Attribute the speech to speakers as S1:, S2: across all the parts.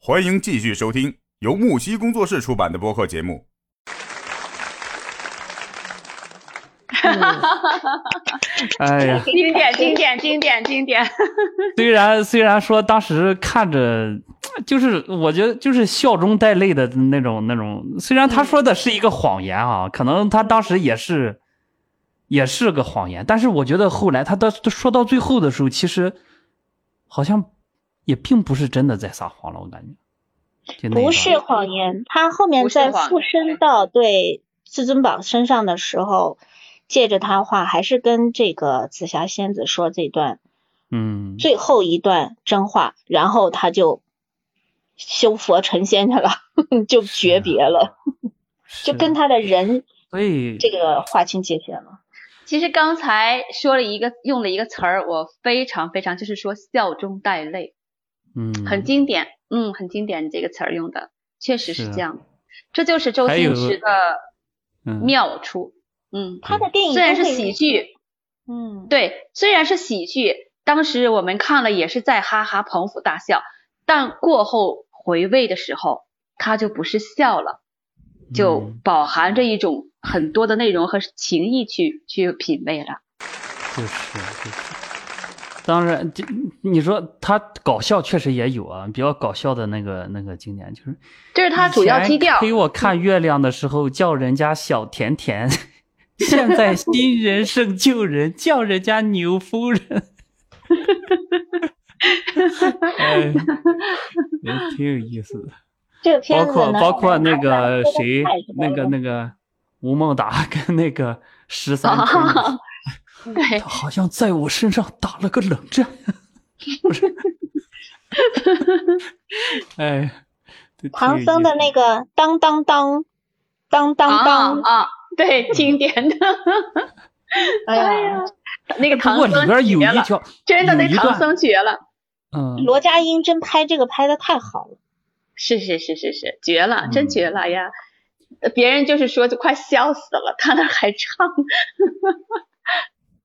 S1: 欢迎继续收听由木西工作室出版的播客节目。
S2: 哎呀，
S3: 经典，经典，经典，经典。
S2: 虽然虽然说当时看着，就是我觉得就是笑中带泪的那种那种。虽然
S3: 嗯
S2: 他说的是一个谎言啊，可能他当时也是也是个谎言，但是我觉得后来他到说到最后的时候，其实好像也并不是真的在撒谎了，我感觉。 就那一
S4: 不
S2: 段
S4: 是谎言，他后面
S3: 不是
S4: 在
S3: 谎
S4: 附
S3: 言
S4: 身到对至尊宝身上的时候，借着他话，还是跟这个紫霞仙子说这段
S2: 嗯，
S4: 最后一段真话，然后他就修佛成仙去了， 就诀别了，
S2: 啊是啊
S4: 就跟他的人
S2: 所以
S4: 这个划清界限了。
S3: 其实刚才说了一个用了一个词儿，我非常非常就是说笑中带泪，
S2: 嗯
S3: 很经典，嗯，很经典这个词儿用的，确实
S2: 是
S3: 是
S2: 啊
S3: 这样。这就是周
S2: 还有
S3: 星驰的
S2: 嗯
S3: 妙处，嗯，
S4: 他的电影
S3: 虽然
S4: 都
S3: 是
S4: 会
S3: 喜，剧，
S4: 嗯，
S3: 对，虽然是喜剧，当时我们看了也是在哈哈捧腹大笑，但过后回味的时候，他就不是笑了，就
S2: 嗯
S3: 饱含着一种很多的内容和情意去去品味了。
S2: 就是就是，当然，就你说他搞笑确实也有啊，比较搞笑的那个那个经典就是
S3: 这是他主要基调，
S2: 陪我看月亮的时候叫人家小甜甜， 现在新人胜旧人，叫人家牛夫人。哎，也挺有意思的。
S4: 这个片
S2: 包
S4: 子
S2: 括
S4: 呢
S2: 包括那个
S4: 还是
S2: 谁
S4: 太多，
S2: 那个
S4: 了
S2: 那个吴孟达 跟那个十三春的时候，
S3: 对哎
S2: 他，好像在我身上打了个冷战，不是？哎，这挺有
S4: 唐僧
S2: 意
S4: 的
S2: 思
S4: 那个当当当当当当，
S3: 啊啊，对，经典的，
S4: 哎呀，
S3: 那个
S2: 不
S3: 唐
S2: 过
S3: 僧
S2: 里边有
S3: 绝
S2: 一
S3: 了，
S2: 条，
S3: 真的那
S2: 有一
S3: 唐
S2: 段
S3: 僧绝了，
S2: 嗯，
S4: 罗家英真拍这个拍的太好了。
S3: 是是是是是，绝了，真
S2: 嗯
S3: 绝了呀！呃别人就是说就快笑死了，他那还唱，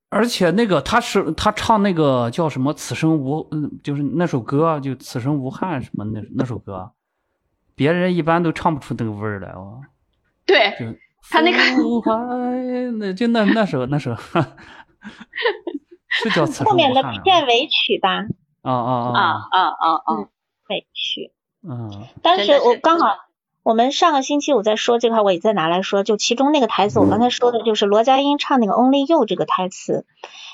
S2: 而且那个他是他唱那个叫什么“此生无”，嗯，就是那首歌啊，就“此生无憾”什么那那首歌啊，别人一般都唱不出那个味儿来哦。
S3: 对，
S2: 就
S3: 他那个
S2: 不怀那就那那首那首， 是叫“此生
S4: 后
S2: 无憾”
S4: 面的
S2: 吗
S4: 片尾曲吧，
S2: 啊啊
S3: 啊
S2: 啊！
S3: 啊啊啊，
S4: 尾曲。
S2: 嗯，
S4: 当
S3: 真
S4: 时
S3: 的
S4: 我
S3: 是
S4: 刚好，我们上个星期我在说这块，我也在拿来说，就其中那个台词，我刚才说的就是罗家英唱那个 Only You 这个台词，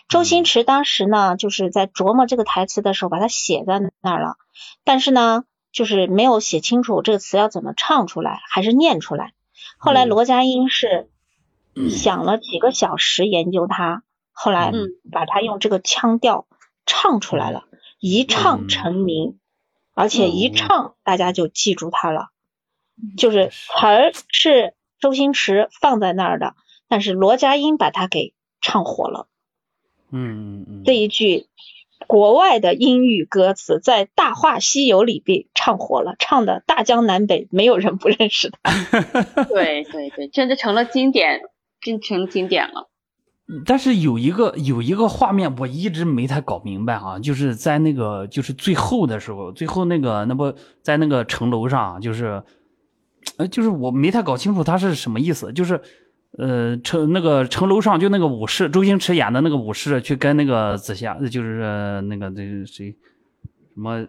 S4: 周星驰当时呢就是在琢磨这个台词的时候，把它写在那儿了，但是呢就是没有写清楚这个词要怎么唱出来，还是念出来。后来
S2: 嗯
S4: 罗家英是想了几个小时研究它，后来
S3: 嗯
S4: 把它用这个腔调唱出来了，一
S3: 嗯
S4: 唱成名。而且一
S2: 嗯
S4: 唱大家就记住他了。就是
S2: 是
S4: 词儿是周星驰放在那儿的，但是罗家英把它给唱火了。
S2: 嗯嗯嗯，
S4: 这一句国外的英语歌词在《大话西游》里被唱火了，唱的大江南北没有人不认识的。
S3: 对对对，真的成了经典，真成经典了。
S2: 但是有一个有一个画面我一直没太搞明白啊，就是在那个就是最后的时候，最后那个那不在那个城楼上，啊就是，呃，就是我没太搞清楚他是什么意思，就是，呃，城那个城楼上就那个武士，周星驰演的那个武士去跟那个紫霞，就是、呃那个这个谁，什么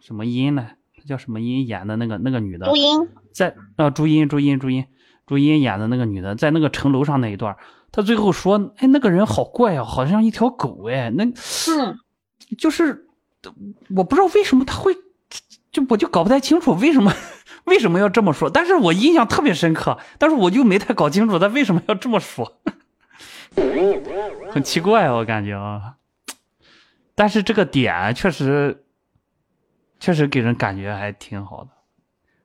S2: 什么音呢？他叫什么音演的那个那个女的？
S4: 朱茵
S2: 在啊，朱茵，朱茵，朱茵，朱茵演的那个女的，在那个城楼上那一段儿，她最后说：“哎，那个人好怪啊，好像一条狗哎。”那
S4: 嗯，
S2: 就是我不知道为什么他会，就我就搞不太清楚为什么 为什么要这么说，但是我印象特别深刻，但是我就没太搞清楚他为什么要这么说，很奇怪、啊，我感觉啊。但是这个点啊确实，确实给人感觉还挺好的，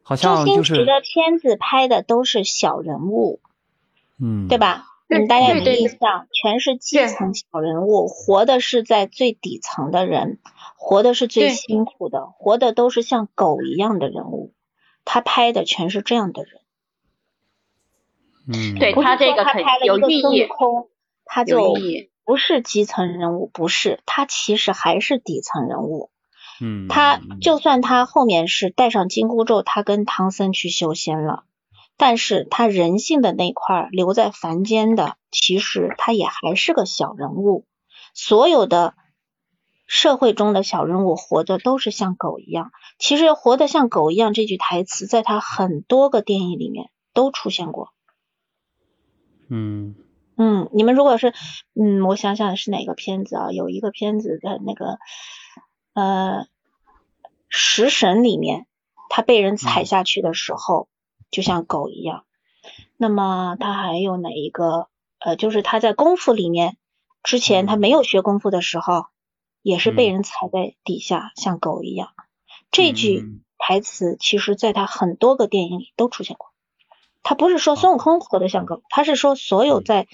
S2: 好
S4: 周
S2: 像
S4: 星
S2: 就
S4: 驰
S2: 是
S4: 的片子拍的都是小人物，
S2: 嗯，
S4: 对？吧？你
S3: 对
S4: 们大家有
S3: 对对
S4: 印
S3: 对
S4: 象，全是基
S3: 对
S4: 层小人物，活的是在最底层的人，活的是最
S3: 对
S4: 辛苦的，活的都是像狗一样的人物。他拍的全是这样的人，
S2: 嗯，
S3: 对
S4: 不是
S3: 他这
S4: 说
S3: 个
S4: 他
S3: 肯
S4: 拍了
S3: 有
S4: 一个
S3: 寓
S4: 孙
S3: 意
S4: 悟空，他
S3: 有
S4: 就
S3: 意义
S4: 不是基层人物，不是，他其实还是底层人物，
S2: 嗯，
S4: 他
S2: 嗯
S4: 就算他后面是戴上金箍咒，他跟唐僧去修仙了，但是他人性的那块儿留在凡间的，其实他也还是个小人物。所有的社会中的小人物活着都是像狗一样。其实“活得像狗一样”这句台词，在他很多个电影里面都出现过。
S2: 嗯
S4: 嗯，你们如果是，嗯，我想想是哪个片子啊？有一个片子的那个，呃，《食神》里面，他被
S2: 嗯
S4: 人踩下去的时候，就像狗一样。那么他还有哪一个？呃，就是他在功夫里面，之前他没有学功夫的时候，也是被
S2: 嗯
S4: 人踩在底下，像狗一样。这句
S2: 嗯
S4: 台词其实在他很多个电影里都出现过。他不是说孙悟空活得像狗，他是说所有在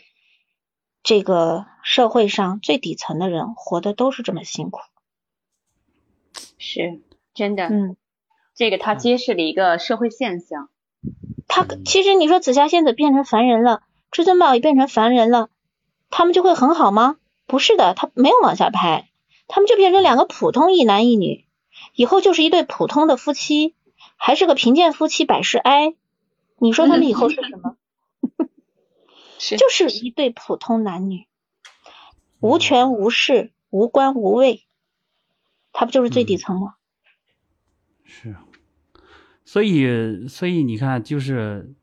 S4: 这个社会上最底层的人活的都是这么辛苦。
S3: 是真的，
S4: 嗯，
S3: 这个它揭示了一个社会现象。
S4: 他
S2: 嗯
S4: 其实你说紫霞仙子变成凡人了，至尊宝也变成凡人了，他们就会很好吗？不是的，他没有往下拍，他们就变成两个普通一男一女，以后就是一对普通的夫妻，还是个贫贱夫妻百事哀。你说他们以后是什么？
S3: 是
S4: 就是一对普通男女，无权
S2: 嗯
S4: 无势、无官无位，他不就是最
S2: 嗯
S4: 底层吗？
S2: 是，所以所以你看，就是，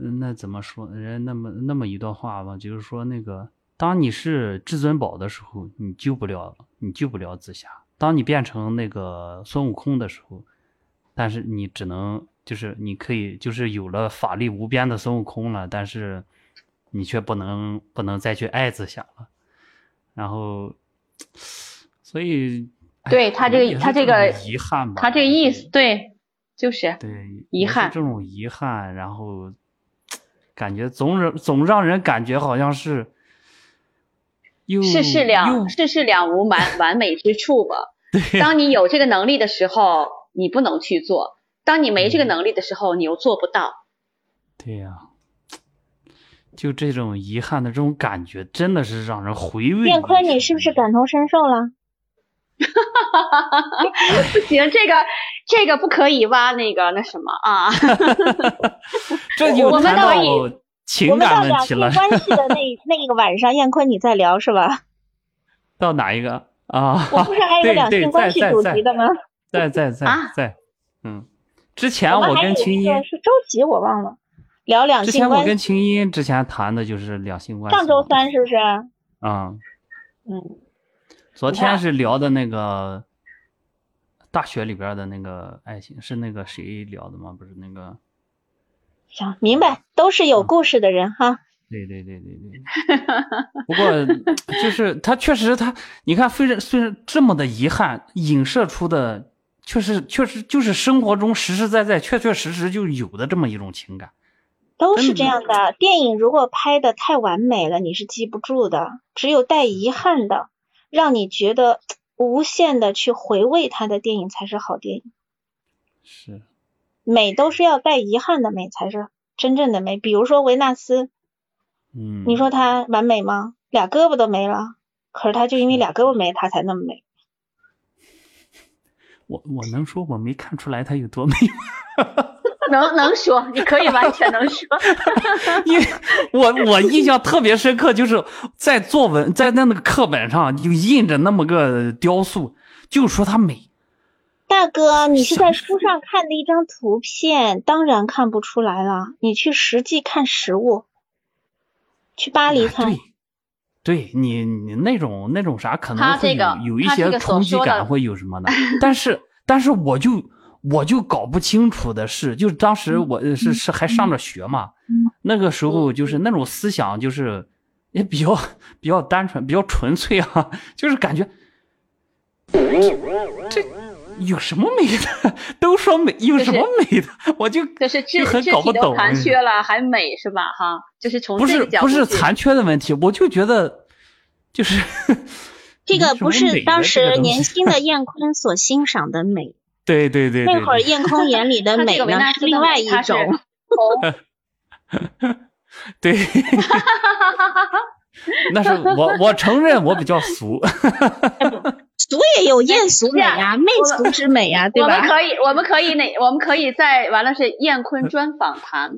S2: 嗯，那怎么说？人那么那么一段话吧，就是说那个，当你是至尊宝的时候，你救不了，你救不了紫霞；当你变成那个孙悟空的时候，但是你只能就是你可以就是有了法力无边的孙悟空了，但是你却不能不能再去爱紫霞了，然后，所以。哎
S3: 对他
S2: 可
S3: 这
S2: 能
S3: 个
S2: 也是
S3: 他这
S2: 种
S3: 个
S2: 遗憾吧，
S3: 它这个意
S2: 就是
S3: 思，对，就是
S2: 对，
S3: 遗
S2: 也是
S3: 憾
S2: 这种遗憾，然后感觉总让总让人感觉好像是又
S3: 世事
S2: 又
S3: 两世事两无完完美之 处嘛。当你有这个能力的时候，你不能去做；当你没这个
S2: 嗯
S3: 能力的时候，你又做不到。
S2: 对呀、就这种遗憾的这种感觉，真的是让人回味。
S4: 燕坤，你是不是？感同身受了？
S3: 不行，这个这个不可以挖那个那什么啊。
S2: 这就
S3: 我们
S2: 谈
S3: 到
S2: 到
S3: 一
S4: 我
S2: 情
S4: 们到
S2: 感
S4: 两
S2: 问题
S4: 性
S2: 了，
S4: 关系的 那那个晚上，燕坤你在聊是吧？
S2: 到哪一个啊？
S4: 我不是还有个
S2: 对
S4: 两
S2: 对
S4: 性关
S2: 在
S4: 系
S2: 在
S4: 主
S2: 在
S4: 题的吗？
S2: 在在在
S3: 啊
S2: 在，嗯，之前
S4: 们
S2: 我
S4: 还有
S2: 跟秦
S4: 一
S2: 一
S4: 个，是周几我忘了，聊两
S2: 之
S4: 啊性
S2: 前我跟
S4: 关系。
S2: 秦一之前谈的就是两性关系嘛。
S4: 上周三是不是？
S2: 啊、
S4: 嗯，
S2: 昨
S4: 你看
S2: 天是聊的那个大学里边的那个爱情，是那个谁聊的吗？不是那个，
S4: 行，明白，都是
S2: 嗯
S4: 有故事的人哈。
S2: 对对对对对。不过就是他确实他，你看，虽然虽然这么的遗憾，影射出的确实确实就是生活中实实在在、确确实实就有的这么一种情感。
S4: 都是
S2: 真
S4: 这
S2: 的
S4: 样的。电影如果拍的太完美了，你是记不住的，只有带遗憾的，让你觉得无限的去回味它的电影才是好电影。
S2: 是，
S4: 美都是要带遗憾的美才是真正的美。比如说维纳斯，
S2: 嗯，
S4: 你说她完美吗？俩胳膊都没了，可是她就因为
S2: 是
S4: 俩胳膊没，她才那么美。
S2: 我我能说我没看出来他有多美吗？
S3: 能能说，你可以完全能说。
S2: 因为我我印象特别深刻，就是在作文在那个课本上就印着那么个雕塑，就说它美。
S4: 大哥，你是在书上看的一张图片，当然看不出来了。你去实际看实物，去巴黎看。
S2: 哎啊对，对你你那种那种啥，可能
S3: 他
S2: 会
S3: 这个
S2: 有有一
S3: 他这
S2: 些
S3: 个所
S2: 冲击
S3: 说的
S2: 感，会有什么的。 但是但是我就我就搞不清楚的是，就是当时
S3: 嗯
S2: 我呃是是还上着学嘛，那个时候
S3: 嗯
S2: 就是那种思想就是也比较 比较单纯，比较纯粹啊， 就是感 觉这这有什么美的？ 都说美，有
S3: 就是
S2: 什么美的？ 我就
S3: 就是肢
S2: 就很
S3: 肢
S2: 搞
S3: 体
S2: 不
S3: 都
S2: 懂。嗯
S3: 残缺了，还美是吧？哈，就是从
S2: 不
S3: 这
S2: 是
S3: 个角度
S2: 不是
S3: 去
S2: 残缺的问题，我就觉得就是
S4: 这个
S2: 没什
S4: 不
S2: 么
S4: 是
S2: 美
S4: 当
S2: 的这个
S4: 时
S2: 东西
S4: 年轻的燕坤所欣赏的美，
S2: 对对对对，
S4: 那会儿
S2: 对
S4: 燕坤眼里的
S3: 它这
S4: 美
S3: 个维
S4: 呢
S3: 纳斯
S4: 是另外一
S3: 它是
S4: 种。
S3: 从
S2: 对， 那是我我承认我比较俗，
S4: 俗也有艳俗美呀、媚俗之美呀、对
S3: 我们
S4: 吧？
S3: 可以，我们可以那，我们可以在完了是燕坤专访谈，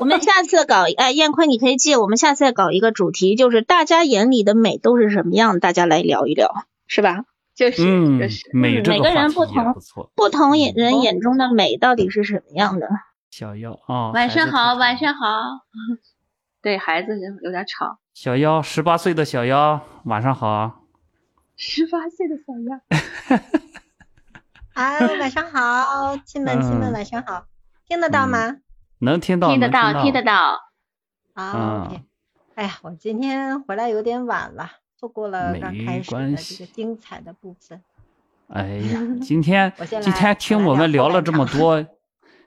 S4: 我们下次搞，哎，燕坤，你可以记，我们下次搞一个主题，就是大家眼里的美都是什么样，大家来聊一聊，是吧？
S3: 就是、
S2: 嗯
S3: 就是，
S2: 美这
S4: 每
S2: 个
S4: 个
S2: 话
S4: 人
S2: 题
S4: 不
S2: 也
S4: 同
S2: 不错。
S4: 不同眼人眼中的美到底是什么样的？
S2: 小妖啊，
S3: 晚
S2: 还是
S3: 上好，
S2: 可以
S3: 晚上 好。对孩子有有点吵，
S2: 小妖，十八岁的小妖，晚上好啊。
S3: 十八岁的小样，
S5: 啊，晚上好，亲们亲
S2: 嗯
S5: 们，晚上好，听得到吗？
S2: 能听到，
S3: 听得
S2: 能到，嗯
S3: 到，听得。到。
S5: 啊，OK，哎呀，我今天回来有点晚了，错过了刚开
S2: 没
S5: 始
S2: 关
S5: 的
S2: 系
S5: 这个精彩的部分。
S2: 哎呀，今天
S5: 我先
S2: 今
S5: 来
S2: 天听我
S5: 我来
S2: 们
S5: 聊
S2: 聊
S5: 后
S2: 了
S5: 半
S2: 这么
S5: 场
S2: 多，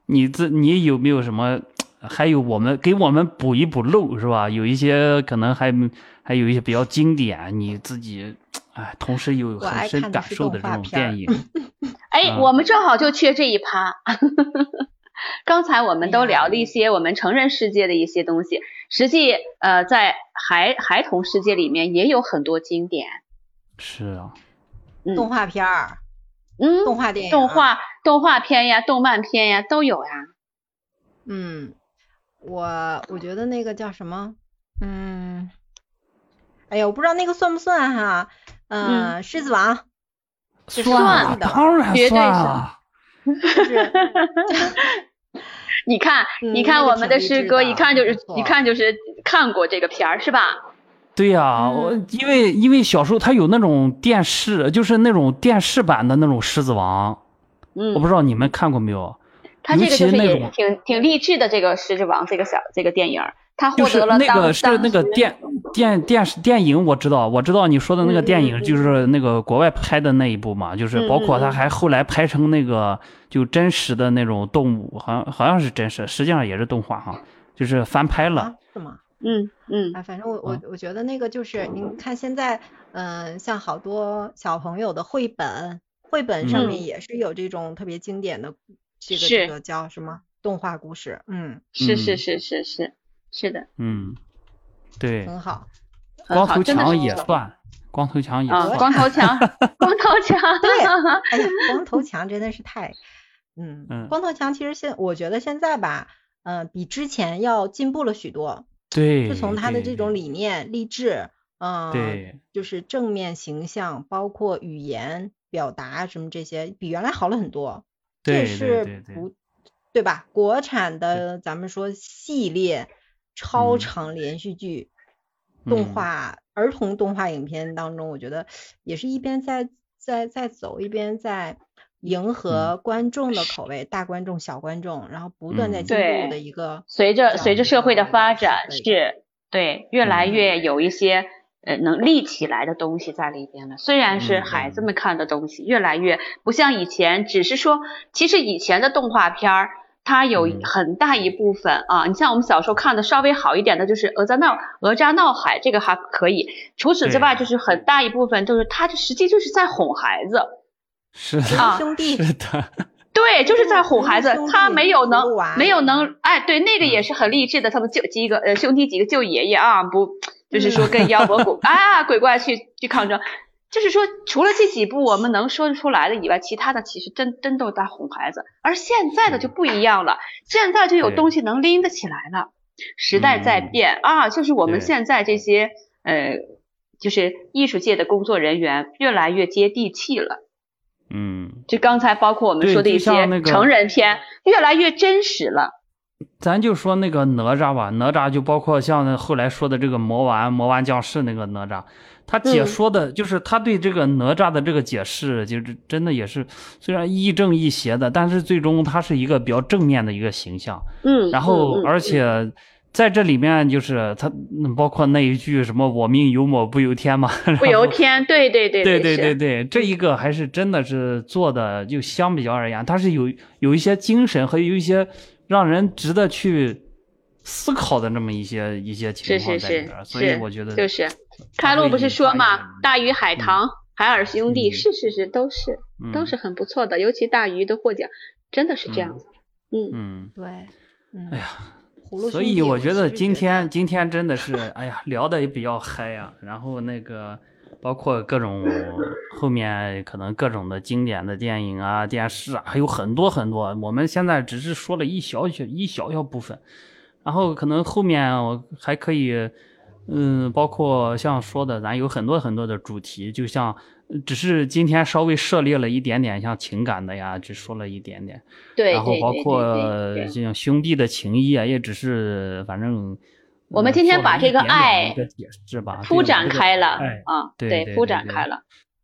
S2: 你这你有没有什么？还有我们给我们补一补漏是吧？有一些可能还还有一些比较经典，你自己哎，同时有
S5: 我
S2: 很
S5: 爱
S2: 深
S5: 看的
S2: 感
S5: 是
S2: 受
S5: 动
S2: 的这
S5: 画
S2: 种
S5: 片儿
S2: 电影，
S3: 哎，
S2: 嗯
S3: 我们正好就缺这一趴。 刚才我们
S5: 哎
S3: 都聊了一些我们成人世界的一些东西，实际呃，在孩孩童世界里面也有很多经典。
S2: 是啊，
S3: 嗯
S5: 动画片儿、
S3: 嗯，
S5: 动画电影、
S3: 动，画动画片呀，动漫片呀都有呀。
S5: 嗯，我我觉得那个叫什么，嗯，哎呀，我不知道那个算不算哈，嗯，狮子王 这是
S2: 算
S5: 我
S2: 啊
S5: 记得
S2: 当然
S3: 绝对
S2: 算
S3: 是
S2: 啊，
S5: 就是
S3: 你看，
S5: 嗯
S3: 你看
S5: 那个
S3: 我们的
S5: 挺励
S3: 师
S5: 志
S3: 哥，
S5: 的
S3: 一看就是
S5: 不错
S3: 一看就是看过这个片儿是吧？
S2: 对呀、
S5: 嗯
S2: 我因为因为小时候他有那种电视，就是那种电视版的那种《狮子王》，
S3: 嗯，
S2: 我不知道你们看过没有？
S3: 他这个就
S2: 尤其
S3: 是
S2: 那
S3: 也
S2: 种
S3: 挺挺励志的，这个《狮子王》这个小这个电影儿，他获
S2: 就是
S3: 得了
S2: 那
S3: 当
S2: 个是那个电电电视电影，我知道，我知道你说的那个电
S3: 嗯嗯
S2: 影
S3: 嗯
S2: 就是那个国外拍的那一部嘛，就是包括
S3: 嗯嗯
S2: 他
S3: 嗯
S2: 还后来拍成那个就真实的那种动物，好像好像是真实，实际上也是动画哈，就是翻拍了
S5: 啊，是吗？
S3: 嗯嗯
S5: 啊，反正我我
S2: 啊
S5: 我觉得那个就是，你看现在，嗯、像好多小朋友的绘本，绘本上面
S3: 嗯
S5: 也是有这种特别经典的，这个
S3: 是
S5: 这个叫什么动画故事，嗯，
S3: 是是
S2: 嗯
S3: 是是是是的，
S2: 嗯，对，
S5: 很好。
S3: 嗯很
S2: 光
S3: 好
S2: 头
S3: 真的
S2: 强
S3: 是
S2: 也
S3: 很好
S2: 算，光头强也
S3: 啊，
S2: 算，
S3: 光头强，光头强，
S5: 对哎呀，光头强真的是太，嗯，
S2: 嗯
S5: 光头强其实现我觉得现在吧，嗯、比之前要进步了许多，
S2: 对，
S5: 就从他的这
S2: 对
S5: 种理念、励志，嗯、
S3: 啊
S2: 对，
S5: 就是正面形象，包括语言表达什么这些，比原来好了很多。这
S2: 对
S5: 也
S2: 对
S5: 是
S2: 对对
S5: 不对吧？国产的咱们说系列超长连续剧、
S2: 嗯
S5: 动画、儿童动画影片当中，我觉得也是一边在在在走，一边在
S2: 嗯
S5: 迎合观众的口味，大观众、小观众，然后不断在
S2: 嗯
S5: 进步的
S3: 对
S5: 一个
S3: 随
S5: 这
S3: 着
S5: 样
S3: 随着
S5: 一
S3: 社会的
S5: 个
S3: 发
S5: 社
S3: 展，
S5: 会
S3: 是对越来
S2: 嗯
S3: 越有一些呃能立起来的东西在里边了。虽然是
S2: 嗯
S3: 孩子
S2: 嗯
S3: 们看的东西，越来越不像以前，只是说其实以前的动画片儿。它有
S2: 嗯
S3: 很大一部分啊，你像我们小时候看的稍微好一点的，就是《哪吒闹哪吒闹海》，这个还可以。除此之
S2: 对
S3: 外，就是很大一部分，就是它就实际就是在哄孩子，
S2: 是的，
S3: 啊
S5: 兄弟
S2: 是 的，
S3: 对，就是在哄孩子
S5: 兄，弟
S3: 他没有能
S5: 葫芦娃嗯
S3: 没有
S2: 嗯
S3: 能，哎，对，那个也是很励志的，他们救几个呃兄弟几个救爷爷啊，不就是说跟妖魔 鬼啊鬼怪去去抗争，就是说除了这几部我们能说得出来的以外，其他的其实真真都在哄孩子，而现在的就不一样了，现在就有
S2: 嗯对
S3: 东西能拎得起来了，时代在
S2: 嗯
S3: 变啊，就是我们
S2: 对
S3: 现在这些呃就是艺术界的工作人员越来越接地气了。
S2: 嗯。
S3: 就刚才包括我们
S2: 对
S3: 说的
S2: 就
S3: 一些
S2: 像那个嗯
S3: 成人片，越来越真实了。
S2: 咱就说那个哪吒吧，哪吒就包括像后来说的这个魔丸、魔丸降世那个哪吒，他解
S3: 嗯
S2: 说的就是他对这个哪吒的这个解释，就是真的也是虽然亦正亦邪的，但是最终他是一个比较正面的一个形象。
S3: 嗯，
S2: 然后
S3: 嗯
S2: 而且在这里面就是他嗯包括那一句什么“我命由我不由天”嘛，
S3: 不由天，对对对
S2: 对
S3: 对
S2: 对对
S3: 是
S2: 对，这一个还是真的是做的，就相比较而言，它是有有一些精神和有一些让人值得去思考的那么一些一些情
S3: 是
S2: 况
S3: 是
S2: 在里
S3: 是
S2: 边儿，所以
S3: 是，
S2: 我觉得
S3: 就是
S2: 它
S3: 开
S2: 会
S3: 路不是
S2: 引
S3: 说
S2: 发一
S3: 嘛
S2: 点，
S3: 大鱼嗯海棠、海尔兄弟，
S2: 嗯
S3: 是是是，都是都是很不错的，尤其大鱼都获奖，真的是这样子。嗯，
S2: 嗯，
S5: 对，嗯，
S2: 哎呀，
S5: 葫芦
S2: 所
S5: 兄
S2: 以
S5: 弟
S2: 我
S5: 其
S2: 觉得
S5: 实
S2: 今天今天真的是哎呀聊的也比较嗨啊，然后那个包括各种后面可能各种的经典的电影啊、电视啊，还有很多很多。我们现在只是说了一小小一小小部分，然后可能后面我还可以，嗯，包括像说的，咱有很多很多的主题，就像呃只是今天稍微涉猎了一点点，像情感的呀，只说了一点点。
S3: 对
S2: 然后
S3: 对
S2: 包
S3: 对
S2: 括
S3: 对对对
S2: 这种兄弟的情谊啊，也只是反正。
S3: 我们
S2: 呃
S3: 今天
S2: 做了
S3: 把
S2: 一
S3: 这个
S2: 点点的
S3: 爱
S2: 一个解释吧，
S3: 铺展开了
S2: 哎，
S3: 啊，
S2: 对对
S3: 铺
S2: 对
S3: 展
S2: 对
S3: 开了，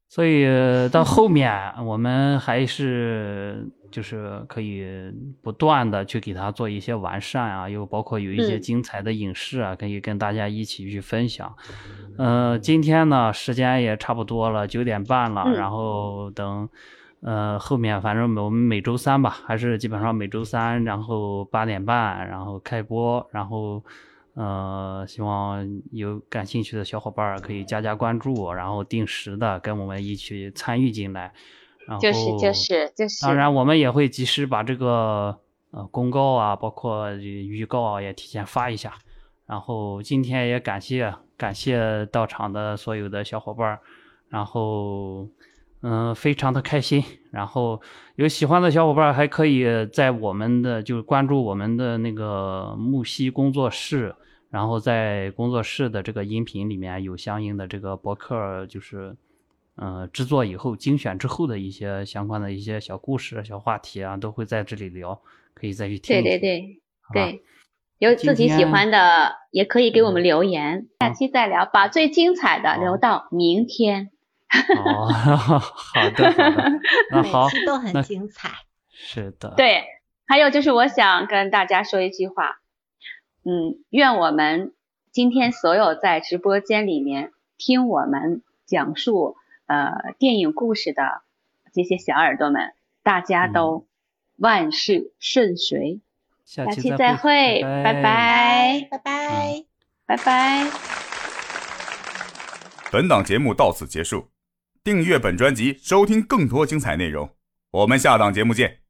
S2: 所以呃到后面我们还是就是可以不断的去给它做一些完善啊，又包括有一些
S3: 嗯
S2: 精彩的影视啊，可以跟大家一起去分享。呃，今天呢时间也差不多了，九点半了，
S3: 嗯
S2: 然后等。呃，后面反正我们每周三吧，还是基本上每周三，然后八点半，然后开播，然后呃，希望有感兴趣的小伙伴儿可以加加关注，然后定时的跟我们一起参与进来。然后
S3: 就是就是就是
S2: 当然我们也会及时把这个呃公告啊，包括预告啊也提前发一下。然后今天也感谢感谢到场的所有的小伙伴儿，然后嗯、非常的开心。然后有喜欢的小伙伴儿还可以在我们的就关注我们的那个木西工作室，然后在工作室的这个音频里面有相应的这个博客，就是呃制作以后精选之后的一些相关的一些小故事、小话题啊，都会在这里聊，可以再去听
S3: 对
S2: 一听。
S3: 对对
S2: 好吧
S3: 对，有
S2: 今
S3: 自己喜
S2: 天嗯
S3: 欢的也可以给我们留言，下期再聊，把最精彩的留
S2: 好
S3: 到明天。
S2: 哦， 好的，好的， 那
S5: 每
S2: 好，
S5: 期都很
S2: 那
S5: 精彩。
S2: 是的，，
S3: 对，还有就是我想跟大家说一句话，嗯，愿我们今天所有在直播间里面听我们讲述呃电影故事的这些小耳朵们，大家
S2: 嗯
S3: 都万事顺遂。
S2: 下
S3: 下
S2: 期
S3: 期再会，拜拜，
S5: 拜
S2: 嗯
S5: 拜。
S3: 拜拜。
S1: 本档节目到此结束，订阅本专辑，收听更多精彩内容。我们下档节目见。